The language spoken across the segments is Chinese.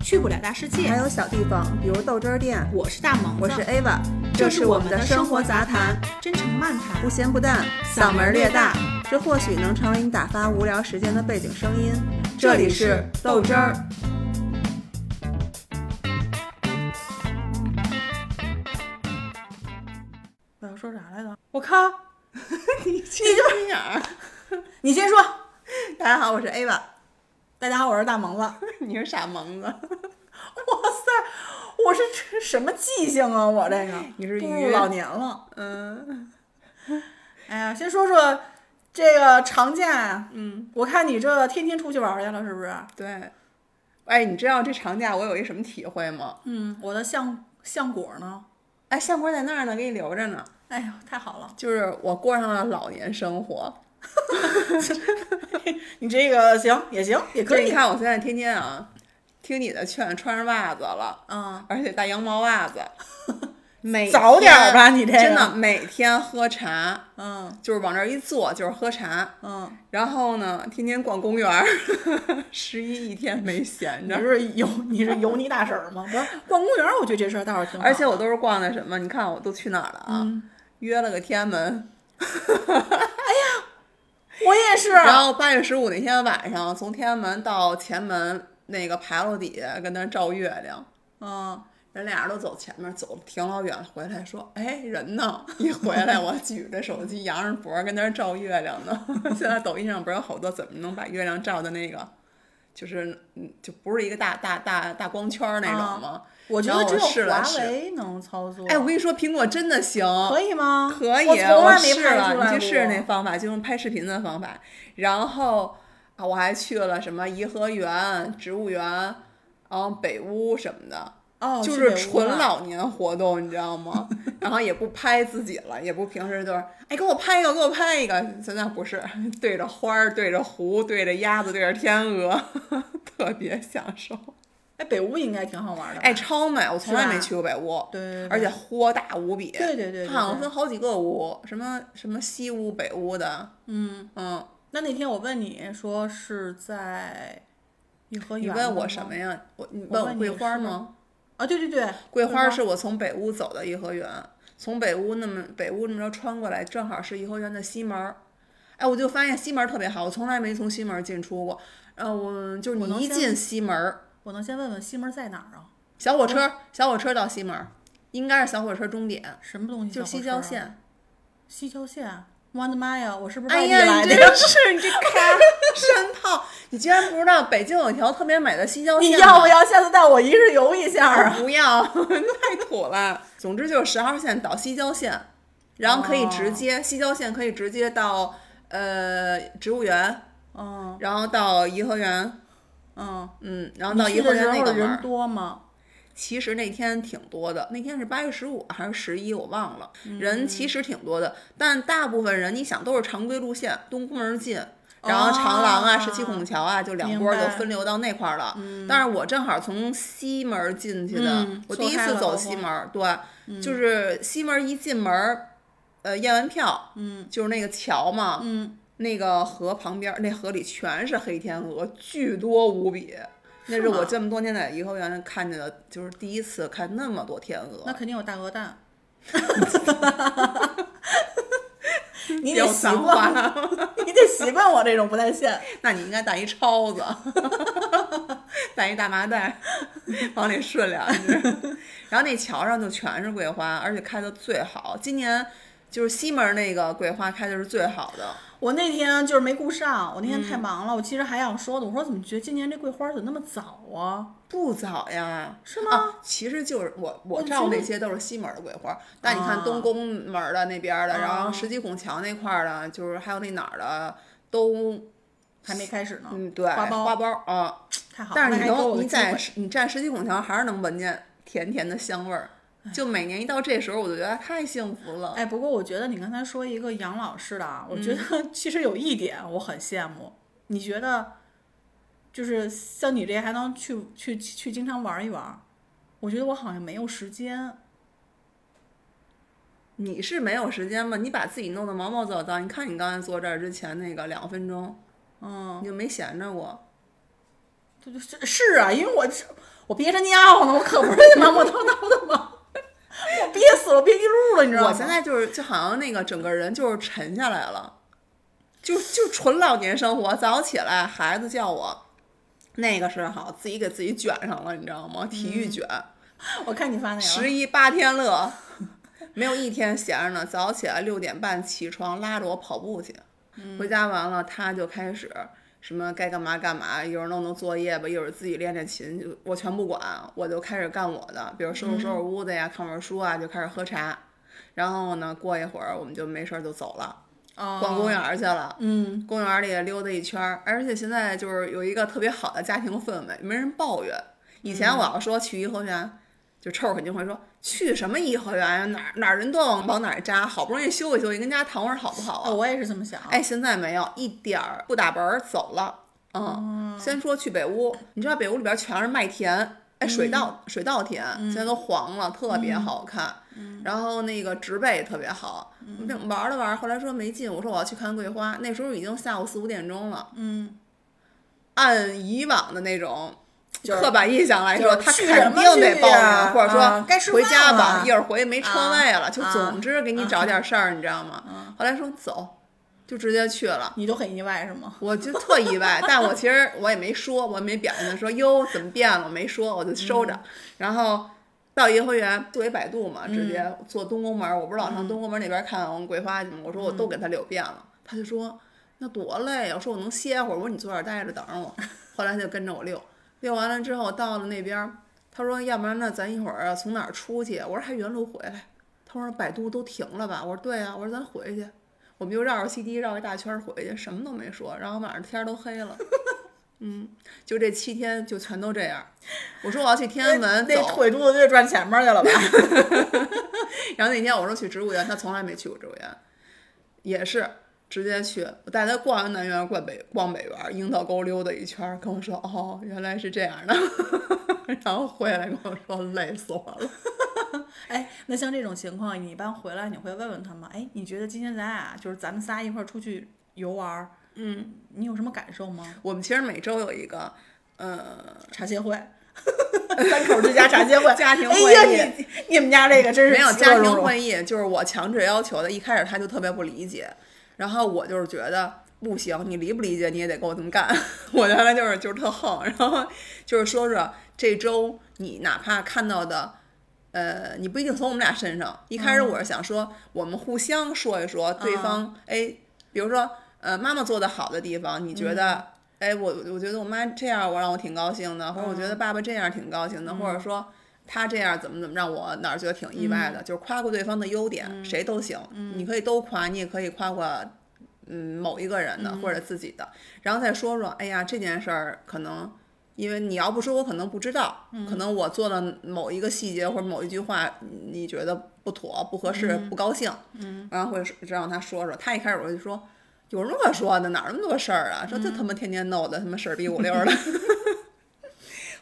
去不了大世界哎还。有小地方，比如豆汁儿店。我是大萌子，我是 Ava，这是是我们的生活杂谈，，真诚漫谈不。咸不淡，嗓嗓门门儿儿略略大大，这或许能成为你打发无聊时间的背景声音。这这里里是是豆豆汁汁儿儿。我要说啥来着？我靠， 你去你哪儿？你先说。大家好，我是 Ava。大家好，我是大萌子。 你是傻萌子，哇塞，我是这什么记性啊？我这个你是步鱼入老年了。嗯哎呀，先说说这个长假，嗯，我看你这天天出去玩儿去了，是不是？对。哎，你知道这长假我有一什么体会吗？嗯，我的橡橡果呢？哎，相框在那儿呢，给你留着呢。哎呀，太好了！就是我过上了老年生活，你这个行也行，也可就是你以。看我现在天天啊，听你的劝，穿上袜子了，嗯，而且大羊毛袜 子。每早点儿吧天你这个真的每天喝茶，嗯就是往这儿一坐就是喝茶，嗯，然后呢，天天逛公园儿， 十一一天没闲你着。是油你是油腻大婶儿吗？ 不是，逛公园儿我觉得这事儿倒是挺好。而且我都是逛的什么？你看我都去哪儿了啊？嗯约了个天安门，我也是。啊然后八月十五那天晚上，从天安门到前门那个牌楼底下跟那儿照月亮，嗯，人俩人都走前面，走挺老远，回来说：“哎，人呢？” 一回来，我举着手机，扬着脖跟那儿照月亮呢。 现在抖音上不是有好多怎么能把月亮照的那个，就是嗯，就不是一个大大大大光圈儿那种吗？啊我觉然得后只我有试了华试为能操作。哎，我跟你说，苹果真的行，可以吗？可以，我从来没试拍出了，来你去试过那方法，就用拍视频的方法。然后啊，我还去了什么颐和园、植物园，然后北屋什么的。哦，就去是北屋纯了。老年活动，你知道吗？ 然后也不拍自己了，也不平时就是，哎，给我拍一个，给我拍一个。现在不是对着花儿，对着湖，对着鸭子，对着天鹅， 特别享受。哎，北屋应该挺好玩的。哎，，超美！我从来是吧没去过北屋，对对对而且豁大无比。对对对对它好像对分好几个屋，什么什么西屋、北屋的。嗯，嗯，那那天我问你说是在颐和你园，问我什么？呀？我你问问桂你花是吗？啊，对对对，桂花花是我从北屋走的颐和园，从北屋那么北屋那么着穿过来，正好是颐和园的西门儿。哎，我就发现西门儿特别好，我从来没从西门儿进出过。呃，我就是我你能一先进西门儿，我能先问问西门在哪儿啊？小火车，小火车到西门儿，应该是小火车终点，什么东西？就是西郊。线。啊西郊线，我的妈呀！我是不是哎外地呀，来你的真呀？是你这咖 山炮，你居然不知道北京有一条特别美的西啊郊线你吗？要不要下次带我一日游一下啊？不要， 太土了。总之就是十号线到西郊线，然后可以直哦接、西郊线可以直接到呃植物园，嗯然后到颐和园，嗯，嗯，然后你到颐去和的园时那候个门人儿。多吗？其实那天挺多的，那天是八月十五还是十一，我忘了。人嗯其实挺多的，但大部分人你想都是常规路线，东宫门进。然后长廊哦啊、十七孔桥啊，就两波明就白分流到那块儿了。但是我正好从西门进去的，嗯我第一错开了次嗯走高西峰门儿，对，就是西门儿一进门儿，呃，验完票，嗯，就是那个桥嘛，嗯，那个河旁边儿，那河里全是黑天鹅，巨多无比。那是我吗这么多年在颐和园看见的，就是第一次看那么多天鹅。那肯定有大鹅 蛋。你你得习惯， 你得习惯我这种不带线。那你应该带一抄子， 带一大麻袋，往里顺两只。然后那桥上就全是桂花，而且开的最好。今年就是西门那个桂花开的是最好的。我那天就是没顾上，我那天太嗯忙了。我其实还想说的，我说怎么觉得今年这桂花怎么那么早啊？不早呀，是哦吗？其实就是我我照那些都是西门的桂花，但你看啊东宫门的那边的，啊然后十七孔桥那块儿的，就是还有那哪儿的，都还没开始呢。嗯对哦花苞花苞啊、太好了，但是那你还给我能个你机在会十你站十七孔桥还是能闻见甜甜的香味儿，就每年一到这时候，我就觉得太幸福了。哎，不过我觉得你刚才说一个养老式的啊，我觉嗯得 其实有一点我很羡慕。你觉得，就是像你这还能去去去经常玩一玩，我觉得我好像没有时间。你是没有时间吗？你把自己弄得毛毛躁躁。你看你刚才坐这儿之前那个两分钟，嗯，你就没闲着过。这就是是啊，因为我这我憋着尿呢，我可不是忙磨叨叨的吗？我憋死了，我憋一路了，你知道吗？我现在就是就好像那个整个人就是沉下来了，就就纯老年生活，早起来孩子叫我，那个是好自己给自己卷上了，你知道吗？体嗯育卷，我看你发那个了，十一八天乐， 没有一天闲着呢。早起来六点半起床，拉着我跑步去，回家完了他就开始。什么该干嘛干嘛，一会儿弄弄作业吧，一会儿自己练练琴，就我全不管，我就开始干我的，比如收拾收拾屋子呀，看会儿书啊，就开始喝茶。然后呢，过一会儿我们就没事儿就走了，哦逛公园儿去了。嗯，公园里溜达一圈儿，而且现在就是有一个特别好的家庭氛围，没人抱怨。以前我要说去颐和园，就臭儿肯定会说去什么颐和园呀，哪儿哪儿人都往往哪儿扎，好不容易休息休息，跟家躺会儿好不好哦，啊？我也是这么想。哎，现在没有一点儿不打本儿走了。嗯，哦先说去北屋，你知道北屋里边全是麦田，哎，嗯水稻、水稻田现在都黄了，特别好看。嗯然后那个植被也特别好，嗯、玩了玩，后来说没劲，我说我要去看桂花，那时候已经下午四五点钟了。嗯，按以往的那种是刻板印象来就是说，他去什肯么定得去抱呀怨，或者啊说该吃回家饭吧了，一会儿回没车位了，就啊总之给你找点事儿，你知道吗？后来说走，就直接去了。你都很意外是吗？我就特意外，但我其实我也没说，我也没表现的说哟怎么变了，我没说，我就收着。然后到颐和园作为百度嘛，直接嗯坐东宫门，我不是老上东宫门那边看桂花去吗？我说我都嗯给他柳遍了，他就说那多累啊，我说我能歇会儿，我说你坐这儿待着等着我。后来他就跟着我溜，溜完了之后到了那边儿，他说要不然那咱一会儿啊从哪儿出去？我说还原路回来。他说百度都停了吧？我说对啊，我说咱回去。我们就绕着西堤绕一大圈儿回去，什么都没说，然后晚上天儿都黑了。 嗯，就这七天就全都这样。我说我要去天安门那走，腿肚子就转前面去了吧？ 然后那天我说去植物园，他从来没去过植物园，也是直接去。我带他逛完南园，逛北逛北园，樱桃沟溜达一圈儿，跟我说哦，原来是这样的。 然后回来跟我说累死我了。哎，那像这种情况，你一般回来你会问问他吗？哎，你觉得今天咱俩就是咱们仨一块儿出去游玩儿，嗯，你有什么感受吗？我们其实每周有一个，呃，茶歇 会，三口之家茶歇会，家庭哎会呀，议你你们家这个真是没有其家乐融庭融，会议，就是我强制要求的。一开始他就特别不理解，然后我就是觉得不行，你理不理解你也得给我这么干。 我原来就是就是特横，然后就是说说这周你哪怕看到的。呃，你不一定从我们俩身上。一开始我是想说，我们互相说一说对方，哎，比如说，呃，妈妈做的好的地方，你觉得，哎，我我觉得我妈这样，我让我挺高兴的，或者我觉得爸爸这样挺高兴的，或者说他这样怎么怎么让我哪儿觉得挺意外的，就是夸过对方的优点，谁都行，你可以都夸，你也可以夸过。嗯，某一个人的或者自己的，然后再说说，哎呀，这件事儿可能，因为你要不说，我可能不知道，可能我做了某一个细节或者某一句话，你觉得不妥、不合适、不高兴，嗯，然后会说让他说说。他一开始我就说，有什么可说的？哪儿那么多事儿啊？说这他妈天天闹的，他妈事儿逼五六 的。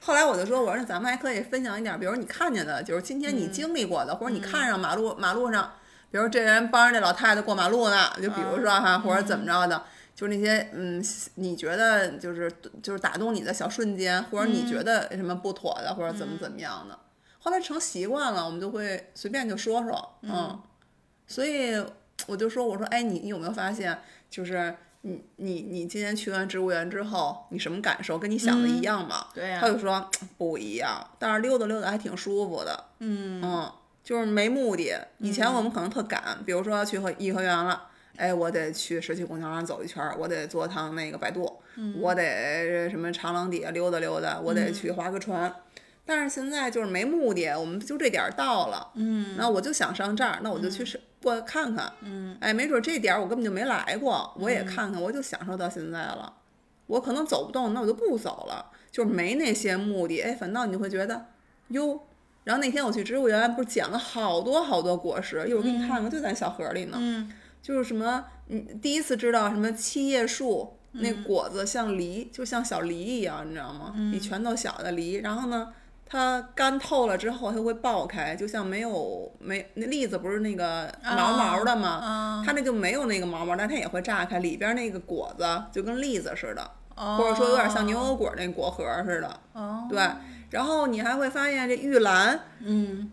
后来我就说，我说那咱们还可以分享一点，比如你看见的，就是今天你经历过的，或者你看上马路马路上，比如这人帮着这老太太过马路呢，就比如说哈，或者怎么着的，就是那些嗯，你觉得就是就是打动你的小瞬间，或者你觉得什么不妥的，或者怎么怎么样的。后来成习惯了，我们就会随便就说说，嗯，所以我就说，我说，哎，你你有没有发现，就是你你你今天去完植物园之后，你什么感受？跟你想的一样吗？对呀他就说不一样，但是溜达溜达还挺舒服的。嗯嗯，就是没目的。以前我们可能特赶，比如说去和颐和园了，哎，我得去石渠拱桥上走一圈儿，我得坐趟那个摆渡，嗯我得什么长廊底下溜达溜达，我得去划个船。但是现在就是没目的，我们就这点儿到了，嗯，那我就想上这儿，那我就去是过看看，嗯，哎，没准这点儿我根本就没来过，我也看看，我就享受到现在了。我可能走不动，那我就不走了，就是没那些目的，哎，反倒你就会觉得，哟。然后那天我去植物园，不是捡了好多好多果实，一会儿给你看看，就在小盒里呢。嗯，就是什么，你第一次知道什么七叶树那嗯果子像梨，就像小梨一样，你知道吗？比拳头小的梨。然后呢，它干透了之后，它会爆开，就像没有没那栗子不是那个毛毛的吗？啊它那就没有那个毛毛，但它也会炸开，里边那个果子就跟栗子似的。哦、或者说有点像牛油果那果核似的。哦，对，然后你还会发现这玉兰，嗯，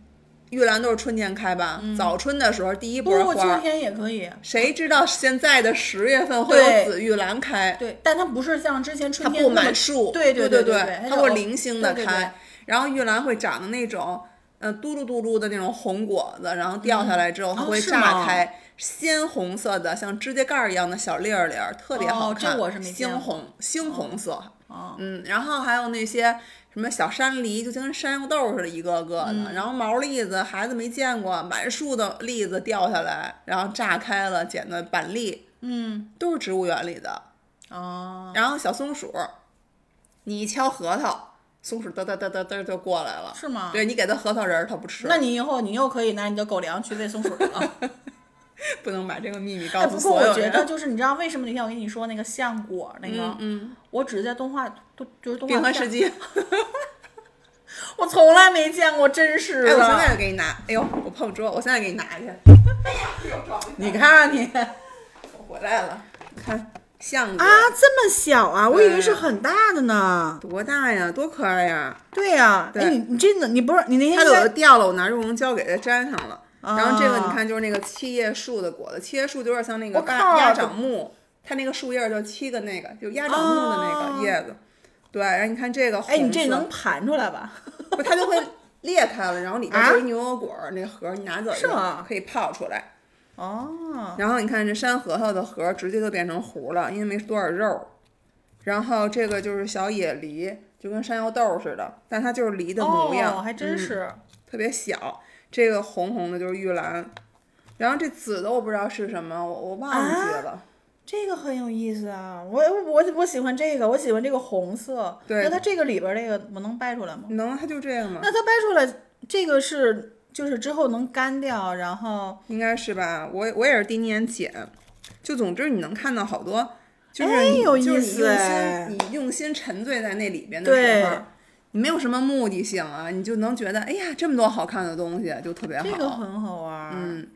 玉兰都是春天开吧？早春的时候第一不波过花秋儿，天也可以，谁知道现在的十月份会有对紫玉兰开？对，但它不是像之前它春天不那么满树，对对对对对对对，它它会有零星的对对开，然后玉兰会长得那种。嗯，嘟噜嘟噜的那种红果子，然后掉下来之后，它哦会是炸吗开，鲜红色的，像指甲盖儿一样的小粒儿粒儿，特别哦好这看。我是没见猩过红，猩红色。哦嗯，然后还有那些什么小山梨，就跟山药豆似的，一个个的。嗯然后毛栗子，孩子没见过，满树的栗子掉下来，然后炸开了，捡的板栗，嗯都是植物园里的。哦，然后小松鼠，你一敲核桃，松鼠嘚嘚嘚嘚嘚就过来了。是吗？对你给它核桃仁儿，它不吃。那你以后你又可以拿你的狗粮去喂松鼠了。不能把这个秘密告哎，诉不过所有人。我觉得就是你知道为什么那天我跟你说那个橡果那个，嗯，我只是在动画都就是动冰画河世片，纪。我从来没见过真实哎，我现的。在就给你拿。哎呦，我碰桌，我现在给你拿去。 你看你啊，我回来了，看橡果、啊，这么小啊，我以为是很大的呢。多大呀，多可爱呀！对呀、对哎，你你这你不是你那天它有的在掉了，我拿热熔胶给它粘上了。啊然后这个你看，就是那个七叶树的果子，七叶树就有点像那个我大靠鸭掌木，它那个树叶儿就七个那个，就鸭掌木的那啊个叶子。对，然后你看这个红色，哎，你这能盘出来吧？不，它就会裂开了，然后里边啊就是牛油果儿那核儿，你拿走是吗就可以泡出来。 哦，然后你看这山核桃的核直接就变成糊了，因为没多少肉儿。然后这个就是小野梨，就跟山药豆似的，但它就是梨的模样，嗯哦，还真是。特别小。这个红红的就是玉兰，然后这紫的我不知道是什么，我我忘记啊了。这个很有意思啊，我我我喜欢这个，我喜欢这个红色。对那它这个里边儿这个我能掰出来吗？你能它就这样吗？那它掰出来，这个是就是之后能干掉，然后应该是吧，我我也是第一年捡，就总之你能看到好多，就是哎你有就意是你思用哎心你用心沉醉在那里边的时候对，你没有什么目的性啊，你就能觉得哎呀这么多好看的东西就特别好。这个很好玩。嗯，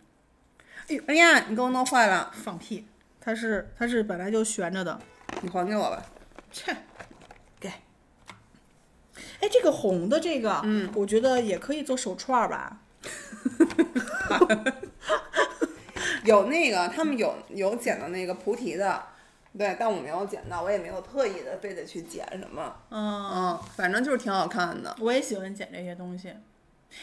哎呦哎呀，你给我弄坏了，放屁，它是它是本来就悬着的。你还给我吧。切，给。哎，这个红的这个，嗯，我觉得也可以做手串儿吧。 有那个他们有有捡到那个菩提的，对，但我没有捡到，我也没有特意的非得去捡什么，嗯，嗯，反正就是挺好看的。我也喜欢捡这些东西。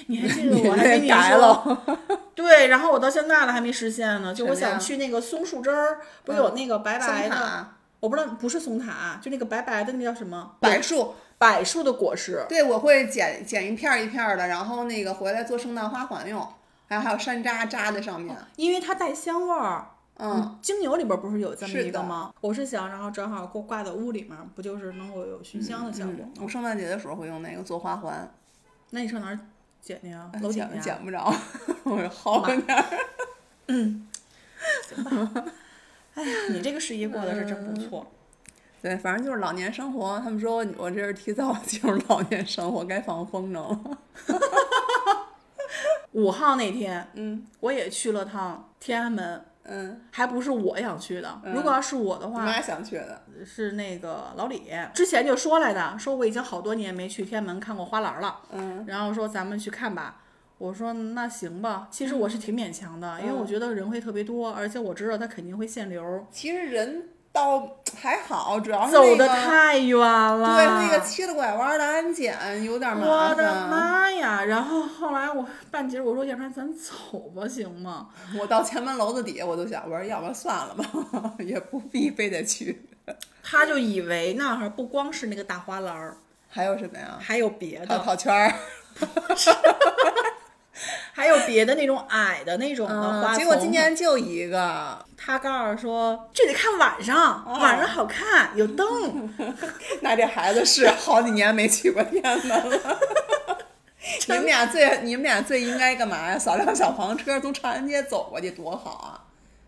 你还记得我还这跟你改说了，对，然后我到现在了还没实现呢，就什我么呀嗯想去那个松树枝儿，不是有那个白白松的，塔我不知道不是松塔，啊就那个白白的那叫什么柏树，柏树的果实。对，我会剪剪一片儿一片儿的，然后那个回来做圣诞花环用，还有还有山楂扎在上面。因为它带香味儿，嗯，，精油里边不是有这么是一的个吗？我是想，然后正好给我挂在屋里面，不就是能够有熏香的效果？嗯我圣诞节的时候会用那个做花环，那你上哪儿捡去啊？哎楼顶剪去啊？剪不着， 我就薅着点儿。哎呀，你这个十一过得是真不错。嗯对，反正就是老年生活。他们说我我这是提早进入老年生活，该放风筝了。五号那天嗯我也去了趟天安门，嗯，还不是我想去的。嗯如果要是我的我话，妈想去的。是那个老李之前就说来的，说我已经好多年没去天安门看过花篮了，嗯，然后说咱们去看吧。我说嗯那行吧，其实我嗯是挺勉强的，因为我觉得人会特别多，而且我知道他肯定会限流，其实人倒还好，主要是、那个、走的太远了。对那个七了拐弯儿的安检有点麻我的烦。妈呀！然后后来我半截儿我说，要不然咱走吧，行吗？我到前门楼子底下，我就想，我说要不然算了吧， 也不必非得去。他就以为那儿不光是那个大花篮儿，还有什么呀？还有别还有的，跑圈儿，还有别的那种矮的那种的花嗯，丛。结果今年就一个，他告诉说这得看晚上，哦晚上好看，有 灯。那这孩子是好几年没去过天安门 了。你们俩最，你们俩最应该干嘛呀？扫辆小黄车从长安街走过去多好啊，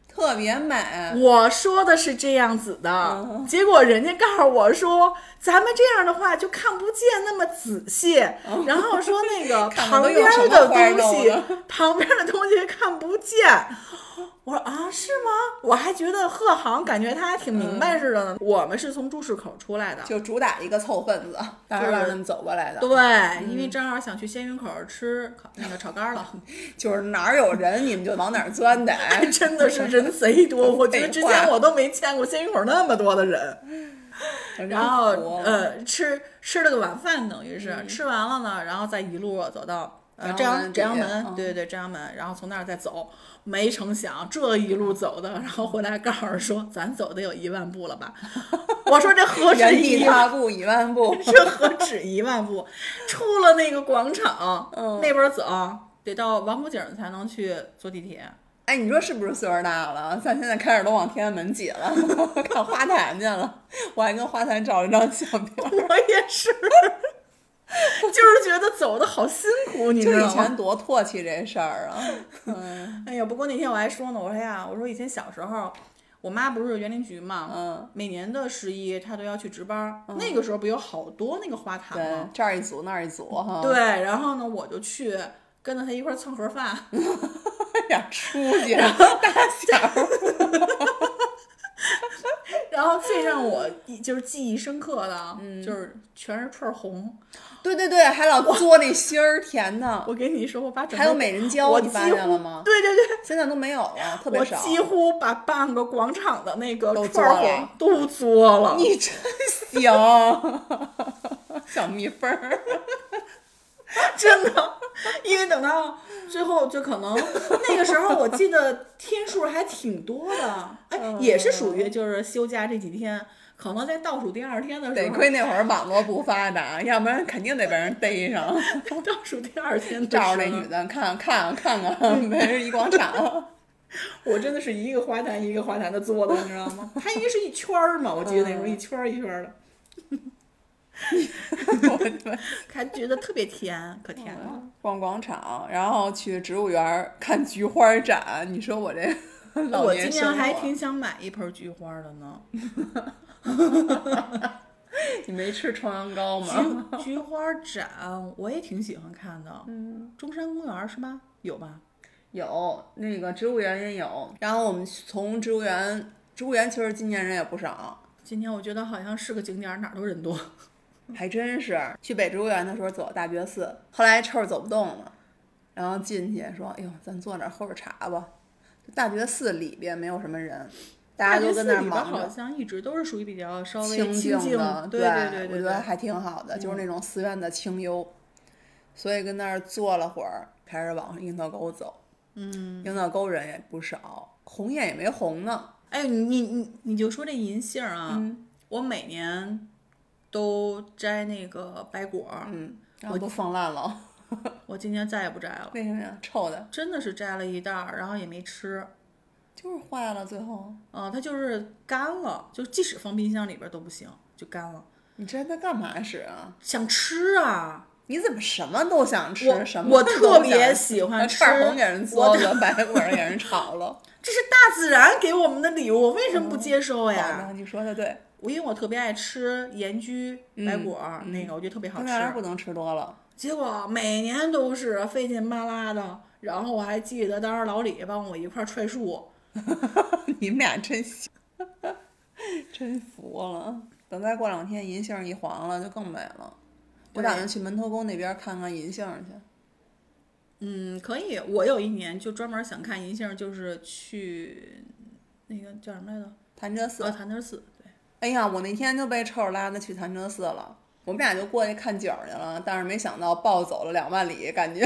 特别美。我说的是这样子的，嗯结果人家告诉我说，咱们这样的话就看不见那么仔细，然后说那个嗯看旁看都边用什么的花东弄西的，旁边的东西看不见。我说啊，是吗？我还觉得贺航感觉他还挺明白似的呢。我们是从朱市口出来的，嗯就主打一个凑份子，大就二是道那么走过来的，对，因为正好想去仙云口吃烤那个炒肝了。嗯 就是哪儿有人你们就往哪儿钻得。哎哎，真的是人贼多，我觉得之 废话前我都没见过仙云口那么多的人。然后真服了呃，吃吃了个晚饭，等于是、吃完了呢，然后再一路走到呃嗯朝朝阳阳朝阳门底下门，嗯对对对，朝阳门，然后从那儿再走。没成想这一路走的，然后回来告诉说咱走得有一万步 了吧？我说这何止原一地万，踏步一万步这何止一万步？出了那个广场，嗯那边走得到王府井才能去坐地 铁。哎，你说是不是岁数大了？咱现在开始都往天安门挤了， 看花坛去了。我还跟花坛照了张相片。我也是， 就是觉得走的好辛苦，你就知以道吗？前多唾弃这事儿啊！哎呀，不过那天我还说呢，我说哎呀，我说以前小时候，我妈不是园林局嘛， 嗯，每年的十一她都要去值班儿，那个时候不有好多那个花坛对嗯吗？，这儿一组那儿一组哈，对，然后呢，我就去跟着她一块儿蹭盒 饭，俩出去，大小然后最让我一就是记忆深刻的，嗯就是全是串儿红。对对对，还老嘬那心儿甜的，我跟你说，我把整还有个美人蕉，我你几乎发现了吗？对对对，现在都没有了，特别我少。几乎把半个广场的那个都串儿做了红都做了。你真行，小蜜蜂儿， 真的，因为等到最后就可能那个时候，我记得天数还挺多的，哎，也是属于就是休假这几天，可能在倒数第二天的时得候，亏那会儿网络不发达，要不然肯定得被人 逮上。倒数第二天的时照候着那女的看看啊看看，没人一广 场。我真的是一个花坛一个花坛的做的，你知道吗？它应该是一圈儿嘛，我记得那时嗯候一圈儿一圈儿的， 还觉得特别甜，可甜了。逛广场，然后去植物园儿看菊花展。你说我这老我年今生年活，还挺想买一盆菊花的 呢，你没吃重阳糕吗？菊菊花展我也挺喜欢看的，嗯，中山公园儿是吧？有吧？ 有那个植物园也有，然后我们从植物园，植物园其实今年人也不少，今天我觉得好像是个景点儿，哪儿都人多。还真是。去北植物园的时候走大觉寺，后来臭儿走不动了，然后进去说：“哎呦，咱坐那儿喝会儿茶吧。”大觉寺里边没有什么人，大家都跟那儿大觉寺里边忙着好。像一直都是属于比较稍微清静的，对对我对觉对嗯得。还挺好的，就是那种寺院的清幽。所以跟那儿坐了会儿，开始往樱桃沟走。嗯，樱桃沟人也不少，红叶也没红呢。哎呦，你你你你就说这银杏儿啊，嗯我每年都摘那个白果 儿，嗯，然后都放烂了， 我今年再也不摘了，为什么呀？臭的，真的是摘了一袋儿，然后也没吃。就是坏了。最后，啊、它就是干了，就即使放冰箱里边儿都不行，就干了。你这在干嘛使啊？想吃啊，你怎么什么都想我吃？什么我都特想别吃喜欢吃串儿红给人我做的， 白果儿给人 炒了。这是大自然给我们的礼物，我为什么不接受呀？嗯好的，你说的对，我因为我特别爱吃盐焗白嗯果儿、那个，我觉得特别好他那儿吃。不能吃多了。 结果每年都是费劲巴拉的，然后我还记得当时老李帮我一块儿踹树，你们俩真 行，真服了。等再过两天银杏一黄了，就更美了。我打算去门头沟那边看看银杏去。嗯，可以。我有一年就专门想看银杏，就是去那个叫什么来着？潭柘寺，啊，潭柘寺。对，哎呀，我那天就被臭儿拉着去潭柘寺了。我们俩就过去看景儿去了，但是没想到暴走了两万里，感觉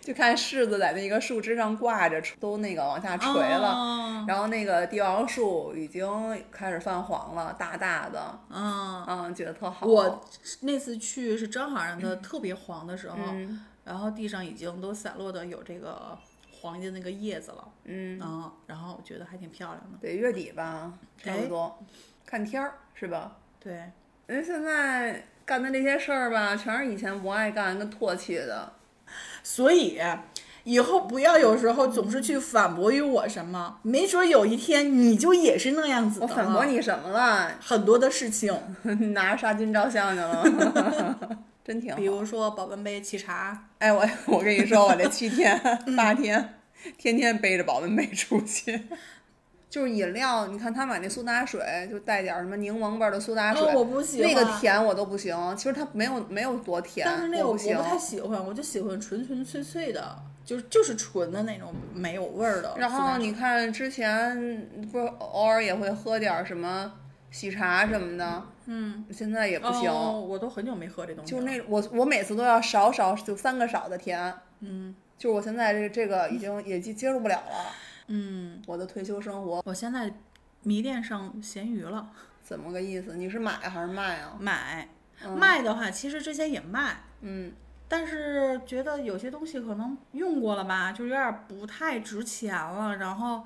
就看柿子在那个树枝上挂着，都那个往下垂了。啊然后那个帝王树已经开始泛黄了，大大的，啊！嗯，觉得特好。我那次去是正好让它特别黄的时候，嗯然后地上已经都散落的有这个黄的那个叶子了，嗯，嗯，然后我觉得还挺漂亮的。得月底吧，差不多，哎看天儿是吧？对，人现在干的那些事儿吧，全是以前不爱干跟唾弃的。所以以后不要有时候总是去反驳于我什么，没准有一天你就也是那样子的。我反驳，你嗯什么了？很多的事情，拿着杀菌照相去了，真挺 比好。嗯如说保温杯沏茶， 哎，我我跟你说，我这七天八天，天天背着保温杯出去。 就是饮料，你看他买那苏打水，就带点儿什么柠檬味儿的苏打水，哦我不喜那个欢甜我都不行。其实它没有没有多甜，但是那个我我不行不。太喜欢，我就喜欢纯纯粹粹的，就是就是纯的那种没有味儿的。然后你你看之前不是偶尔也会喝点儿什么喜茶什么的，嗯，现在也不行。哦，我都很久没喝这东西就了。那我我每次都要少少就三个少的甜，嗯就是我现在这这个已经也接接受不了了。嗯，我的退休生活我现在迷恋上咸鱼了，怎么个意思？你是买还是卖啊？买、嗯卖的话，其实之前也卖，嗯，但是觉得有些东西可能用过了吧，就有点不太值钱了，然后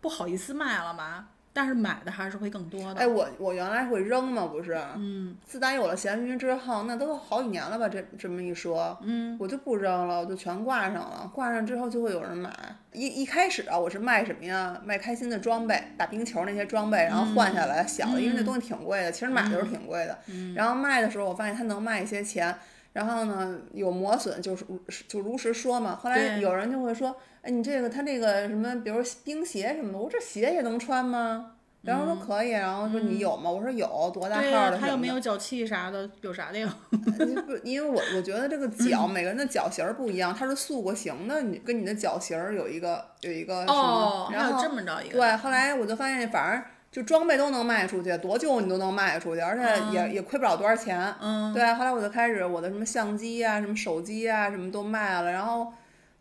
不好意思卖了吧。但是买的还是会更多的。哎，我我原来会扔嘛，不是，嗯自打有了闲鱼之后，那都好几年了吧？这这么一说，嗯，我就不扔了，我就全挂上了。挂上之后就会有人买。一一开始啊，我是卖什么呀？卖开心的装备，打冰球那些装备，然后换下嗯来小的，因为那东西挺贵的，其实买的时候挺贵的。然后卖的时候，我发现它能卖一些钱。然后呢，有磨损就是如就如实说嘛。后来对有人就会说，哎，你这个它这个什么，比如冰鞋什么的，我说这鞋也能穿吗？然后说可以，啊然后说你有吗？我说有，多大嗯对号呀、的什么的。它又没有脚气啥的，有啥的呀？你不，因为我我觉得 这个脚，每个人的脚型儿不一样，它是塑过形的，你跟你的脚型儿有一个有一呃个什么，哦还然有这后么着一个。对，后来我就发现，反正就装备都能卖出去，多旧你都能卖出去，而且啊也、也亏不了多少钱。嗯，对，啊后来我就开始我的什么相机啊、什么手机啊、什么都卖了，然后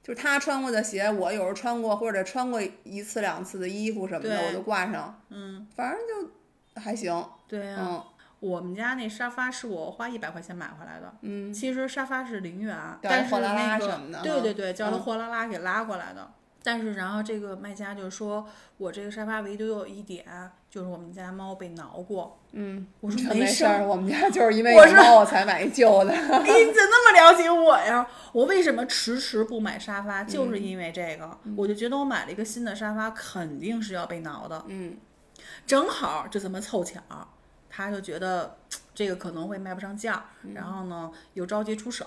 就是他穿过的鞋，我有时候穿过或者穿过一次两次的衣服什么的，对我就挂上，嗯，反正就还行，对啊呀、嗯我们家那沙发是我花一百块钱买回来的。嗯，其实沙发是零元，啊叫但是货拉拉那个什么的哈对对对，叫他嗯货拉拉给拉过来的。但是然后这个卖家就说，我这个沙发唯独有一点，就是我们家猫被挠过。嗯，我说没事事儿，儿，我们家就是因为我有是猫我才买一旧的。哎你怎么那么了解我呀？我为什么迟迟不买沙发，嗯就是因为这个，我就觉得我买了一个新的沙发，肯定是要被挠的。嗯正好就这么凑巧，他就觉得这个可能会卖不上价，嗯然后呢又着急出手，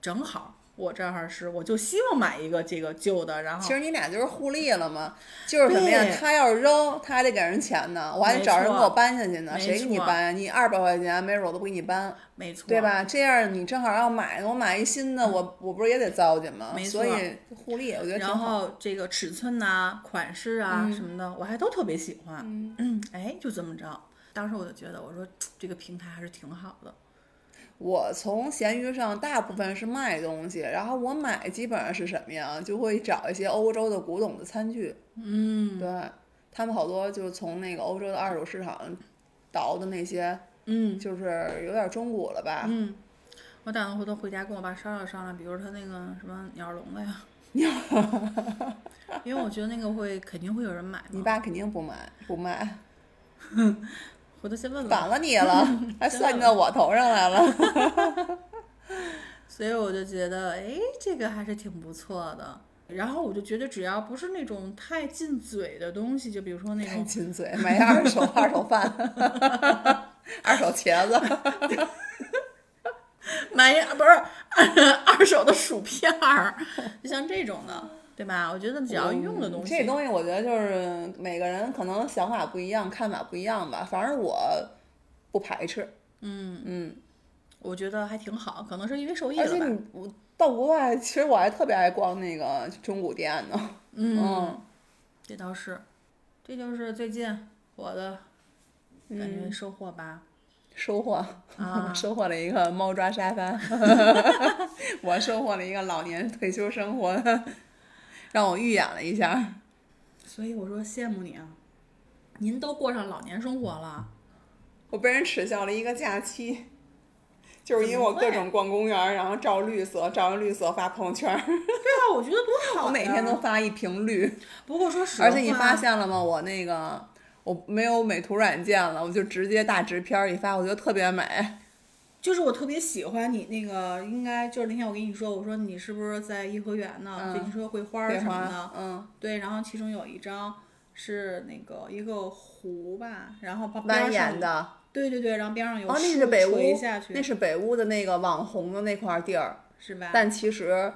正好我这儿是我就希望买一个这个旧的，然，其后实你俩就是互利了嘛，就是什么呀对？他要是扔，他还得给人钱呢，我还得找人没给错我搬下去呢，没谁给你错搬呀？你二百块钱，没准我都不给你搬，没错，嗯对？吧？这样你正好要买，我买一新的，我我不是也得糟践吗？没所错以互利，我觉得挺然好。嗯后这个尺寸呐、款式啊、什么的，我还都特别喜欢。嗯， 哎，就这么着。当时我就觉得，我说这个平台还是挺好的。我从闲鱼上大部分是卖东西，然后我买基本上是什么呀？就会找一些欧洲的古董的餐具，嗯，对他们好多就是从那个欧洲的二手市场倒的那些，嗯就是有点中古了吧？嗯，我打算回头回家跟我爸商量商量，比如他那个什么鸟笼子 呀，因为我觉得那个会肯定会有人买嘛。你爸肯定不买，不卖， 回头先问问吧。反了你了，还算计到我头上来了。所以我就觉得，哎，这个还是挺不错的。然后我就觉得，只要不是那种太进嘴的东西，就比如说那太种亲嘴，买一二手 二手饭，二手茄子， 买一不是 二二手的薯片儿，就像这种的，对吧？我觉得只要用的东西，嗯这东西我觉得就是每个人可能想法不一样，看法不一样吧。反正我不排斥，嗯，嗯，我觉得还挺好。可能是因为受益而了且吧。你我到国外，其实我还特别爱逛那个中古店呢。嗯，这倒是，这就是最近我的感觉收获吧。收获，啊收获了一个猫抓沙发， 我收获了一个老年退休生活，让我预演了一下。所以我说羡慕你啊，您都过上老年生活了，我被人耻笑了一个假期，就是因为我各种逛公园儿，然后照绿色，照完绿色发朋友圈儿，对啊，我觉得多好呀。我每天哦都发一瓶绿。不过说实话，而且你发现了吗？我那个我没有美图软件了，我就直接大直片儿一发，我觉得特别美。就是我特别喜欢你那个，应该就是那天我跟你说，我说你是不是在颐和园呢？嗯对，你说绘花儿对什么的花，，嗯，对，然后其中有一张是那个一个湖吧，然后旁蜿边蜒上，的。对对对，然后边上有哦，那树是北垂屋下，那去，是北屋的那个网红的那块地儿，是吧？但其实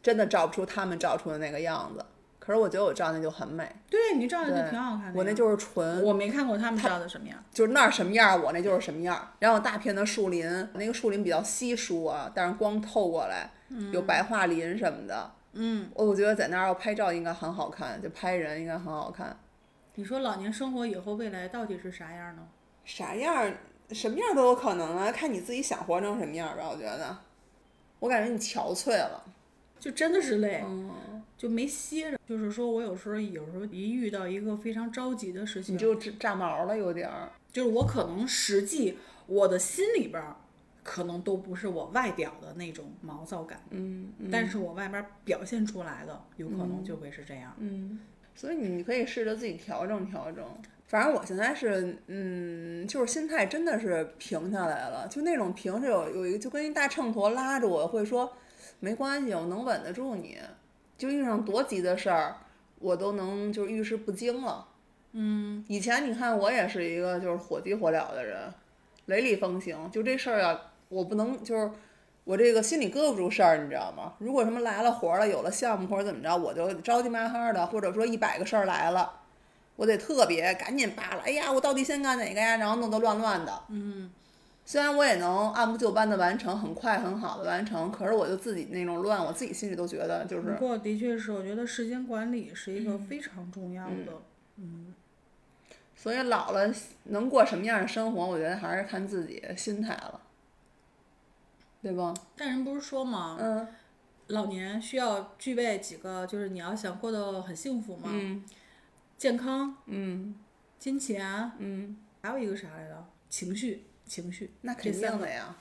真的照不出他们照出的那个样子。可是我觉得我照那就很美，对你照的就挺好看的呀。我那就是纯，我没看过他们照的什么样。就是那儿什么样儿，我那就是什么样儿。然后有大片的树林，那个树林比较稀疏啊，但是光透过来，有白桦林什么的。嗯，我我觉得在那儿要拍照应该很好看，就拍人应该很好看。你说老年生活以后未来到底是啥样呢？啥样儿，什么样儿都有可能啊，看你自己想活成什么样儿吧。我觉得，我感觉你憔悴了。就真的是累，嗯就没歇着。就是说我有时候有时候一遇到一个非常着急的事情你，就炸炸毛了，有点儿。就是我可能实际我的心里边儿可能都不是我外表的那种毛躁感，嗯但是我外边儿表现出来的有可能就会是这样。嗯，所以你可以试着自己调整调整。反正我现在是，嗯，就是心态真的是平下来了，就那种平是有有一个，就跟一大秤砣拉着我，会说没关系，我能稳得住你。就遇上多急的事儿，我都能就是遇事不惊了。嗯，以前你看我也是一个就是火急火燎的人，雷厉风行，就这事儿啊，我不能就是我这个心里搁不住事儿，你知道吗？如果什么来了活儿了，有了项目或者怎么着，我就着急麻哈的，或者说一百个事儿来了，我得特别赶紧扒拉。哎呀，我到底先干哪个呀？然后弄得乱乱的。嗯，虽然我也能按部就班的完成，很快很好的完成，可是我就自己那种乱，我自己心里都觉得就不是过的确是，我觉得时间管理是一个嗯非常重要的。所以老了能过什么样的生活，我觉得还是看自己心态了，对吧？但人不是说嘛，嗯老年需要具备几个，就是你要想过得很幸福嘛，嗯健康、嗯金钱，嗯，还有一个啥来着？情绪，情绪。那这肯三定个嗯的呀。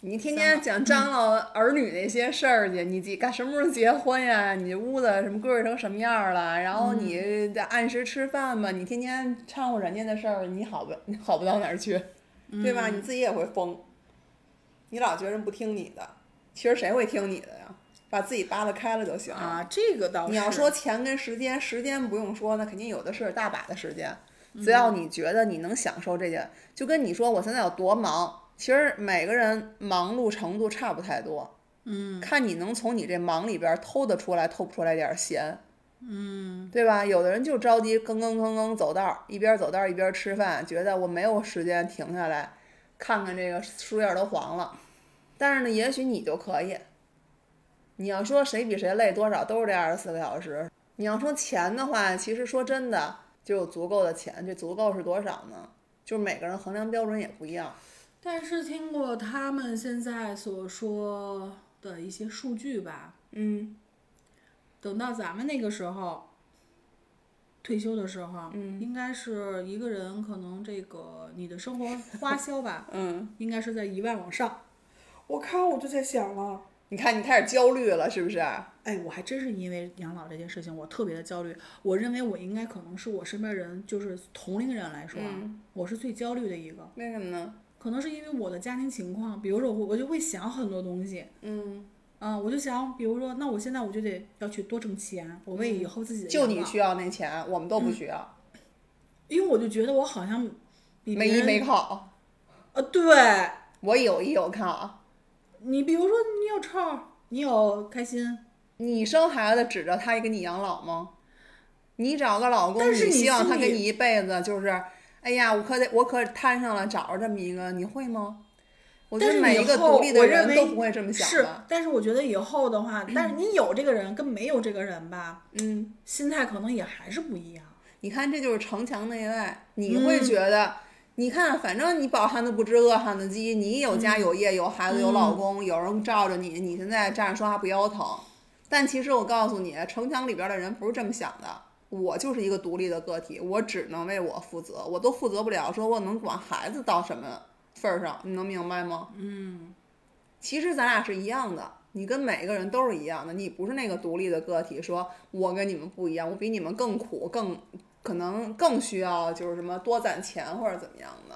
你天天讲张罗儿女那些事儿去，你几干什么时候结婚呀？你屋子什么归置成什么样儿了？然后你嗯得按时吃饭吧。你天天掺和人家的事儿，你好不你好不到哪儿去，嗯对吧？你自己也会疯。你老觉得人不听你的，其实谁会听你的呀？把自己扒拉开了就行了。啊，这个倒是。你要说钱跟时间，时间不用说，那肯定有的是大把的时间。只要嗯你觉得你能享受这件，就跟你说我现在有多忙，其实每个人忙碌程度差不太多。嗯，看你能从你这忙里边儿偷得出来，偷不出来点儿闲。嗯，对吧？有的人就着急，吭吭吭吭走道儿，一边儿走道儿一边儿吃饭，觉得我没有时间停下来看看这个树叶儿都黄了。但是呢，也许你就可以，你要说谁比谁累多少，都是这二十四个小时。你要说钱的话，其实说真的，就有足够的钱。这足够是多少呢？就是每个人衡量标准也不一样。但是听过他们现在所说的一些数据吧，嗯等到咱们那个时候退休的时候，嗯，应该是一个人可能这个你的生活 花销吧嗯，应该是在一万往上。我靠，我就在想了。你看你开始焦虑了，是不是？啊哎，我还真是因为养老这件事情，我特别的焦虑。我认为我应该可能是我身边人，就是同龄人来说啊，我是最焦虑的一个。为什么呢？可能是因为我的家庭情况，比如说我我就会想很多东西，嗯，嗯，我就想，比如说，那我现在我就得要去多挣钱，我为以后自己的嗯就养你老需要那钱，我们都不需要，因为我就觉得我好像比没别依人没靠。呃，对我有依有靠。你，比如说你有臭儿，你有开心，你生孩子指着他给你养老吗？你找个老公，但是你你希望心他给里你一辈子就是，哎呀，我可得我可摊上了找着这么一个，你会吗？我觉但得是每以一个后独立的我认人都为不会这么想是的。，但是我觉得以后的话，但是你有这个人跟没有这个人吧，嗯，心态可能也还是不一样。你看这就是城墙内外，你会觉得，你看反正你饱汉子不知饿汉子饥，你有家有业有孩子有老公，有人罩着你，你现在站着说话不腰疼。但其实我告诉你，城墙里边的人不是这么想的。我就是一个独立的个体，我只能为我负责，我都负责不了，说我能管孩子到什么份儿上，你能明白吗？嗯，其实咱俩是一样的，你跟每个人都是一样的，你不是那个独立的个体，说我跟你们不一样，我比你们更苦，更可能更需要就是什么多攒钱或者怎么样的。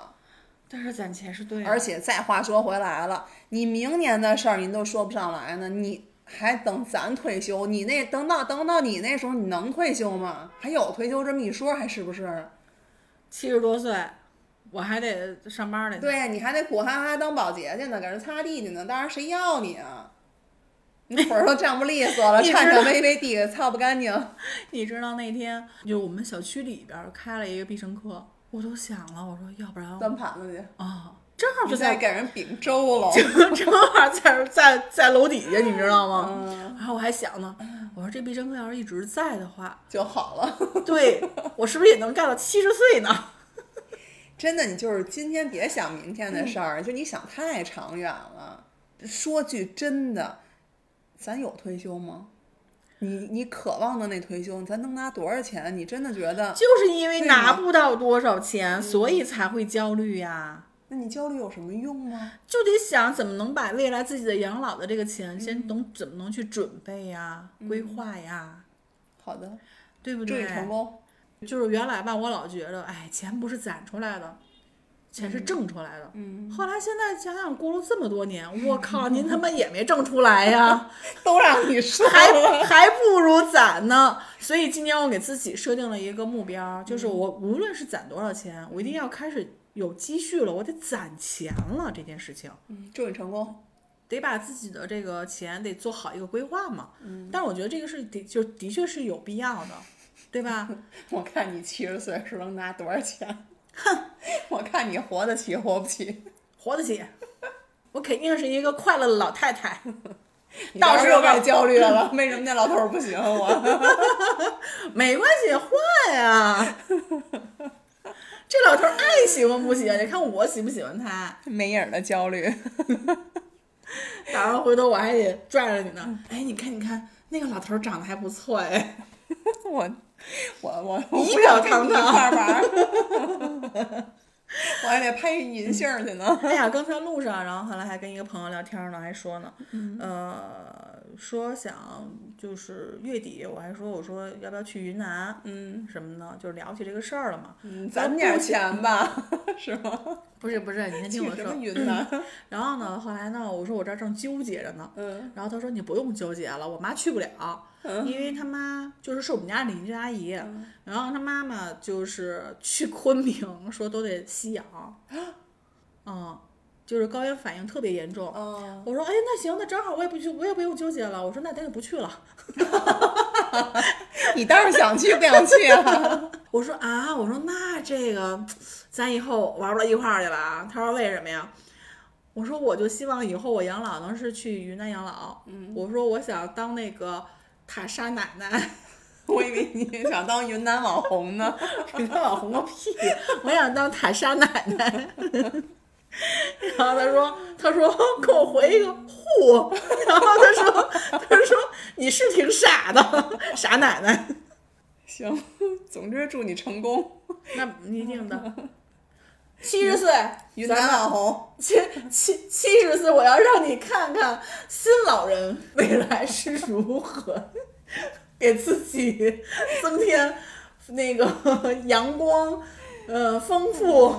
但是攒钱是对啊的，而且再话说回来了，你明年的事儿您都说不上来呢，你还等咱退休？你那等到等到你那时候，你能退休吗？还有退休这么一说，还是不是？七十多岁，我还得上班儿来。对，你还得苦哈哈当保洁去呢，给人擦地去呢，当然谁要你啊？你腿儿 都站不利索了，一直颤颤巍巍地擦不干净。你知道那天就我们小区里边儿开了一个必胜客，我都想了，我说要不然端盘子去，啊，正好你就再在给人秉粥了。 正好在在在楼底下，你知道吗？嗯然后我还想呢，我说这必胜客要是一直在的 话，就好了。对我是不是也能干到七十岁呢？ 真的，你就是今天别想明天嗯的事儿，就你想太长远了。说句真的，咱有退休吗？你你渴望的那退休，咱能拿多少钱？你真的觉得？就是因为对嗯拿呀不到多少钱，所以才会焦虑呀。那你焦虑有什么用吗？就得想怎么能把未来自己的养老的这个钱嗯先能怎么能去准备呀、规划呀，好的，对不祝对你？嗯成功。就是原来吧，我老觉得，哎，钱不是攒出来的，钱是挣出来的。嗯，后来现在想想，咕噜这么多年，我靠，您他妈也没挣出来呀，都让你说还了。还不如攒呢。所以今年我给自己设定了一个目标，就是我无论是攒多少钱，我一定要开始有积蓄了，我得攒钱了这件事情。嗯祝你成功。得把自己的这个钱得做好一个规划嘛。嗯，但是我觉得这个是的，就的确是有必要的，对吧？我看你七十岁时候能拿多少钱？我看你活得起活不起。活得起，我肯定是一个快乐的老太太。你到这时又候嗯该焦虑了。为什么那老头儿不行？我 没关系，换呀。 这老头儿爱喜欢不喜欢？你看我喜不喜欢他？没影儿的焦虑。打完回头我还得拽着你呢。哎，你看，你看，那个老头儿长得还不错哎。 我我我我仪不想表跟堂你一堂块儿玩儿， 我还得拍银杏儿去呢。哎呀，刚才路上，然后后来还跟一个朋友聊天呢，还说呢，呃，说想就是月底，我还说我说要不要去云南，嗯，什么呢？就聊起这个事儿了嘛。嗯攒点钱吧， 是吗？不是不是，你先听去我什说嗯么。云 南？然后呢，后来呢，我说我这儿正纠结着呢。嗯，然后他说你不用纠结了，我妈去不了， 因为他妈就是是我们家邻居阿姨，嗯然后他妈妈就是去昆明，说都得吸 氧，嗯，就是高原反应特别严重。哦，我说，哎，那行，那正好我也不去，我也不用纠结了。我说，那咱就不去了。你倒是想去不想去啊？ 我说啊，我说那这个，咱以后玩不到一块儿去了啊。他说为什么呀？我说我就希望以后我养老能是去云南养老。嗯，我说我想当那个塔莎奶 奶，我以为你想当云南网红呢。云南网红个屁，我想当塔莎奶奶。 然后他说，他说给我回一个户，然后他说，他说你是挺傻的，傻奶奶。行，总之祝你成功，那一定的。七十岁，云咱南们网红。七七七十岁，我要让你看看新老人未来是如何给自己增添那个 阳光，呃，丰富，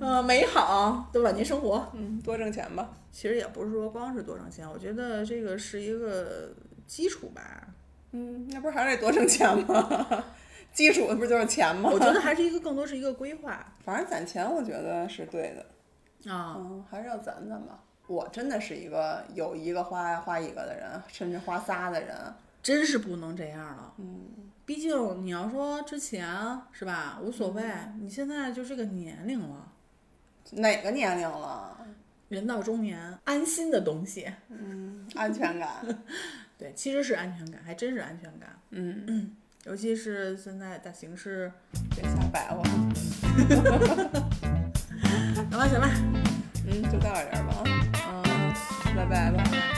呃，美好的晚年生活。嗯，多挣钱吧。其实也不是说光是多挣钱，我觉得这个是一个基础吧。嗯，那不是还是得多挣钱吗？ 基础不就是钱吗？我觉得还是一个更多是一个规划反正攒钱，我觉得是对的。啊。嗯，还是要攒攒吧。我真的是一个有一个花花一个的人，甚至花仨的人。真是不能这样了。嗯，毕竟你要说之前是吧，无所谓，你现在就这个年龄了，哪个年龄了？人到中年，安心的东西，嗯，安全感。对，其实是安全感，还真是安全感，嗯，尤其是现在的形势。别瞎白活。行吧，行吧，嗯，就到这儿吧，嗯、拜拜吧。拜拜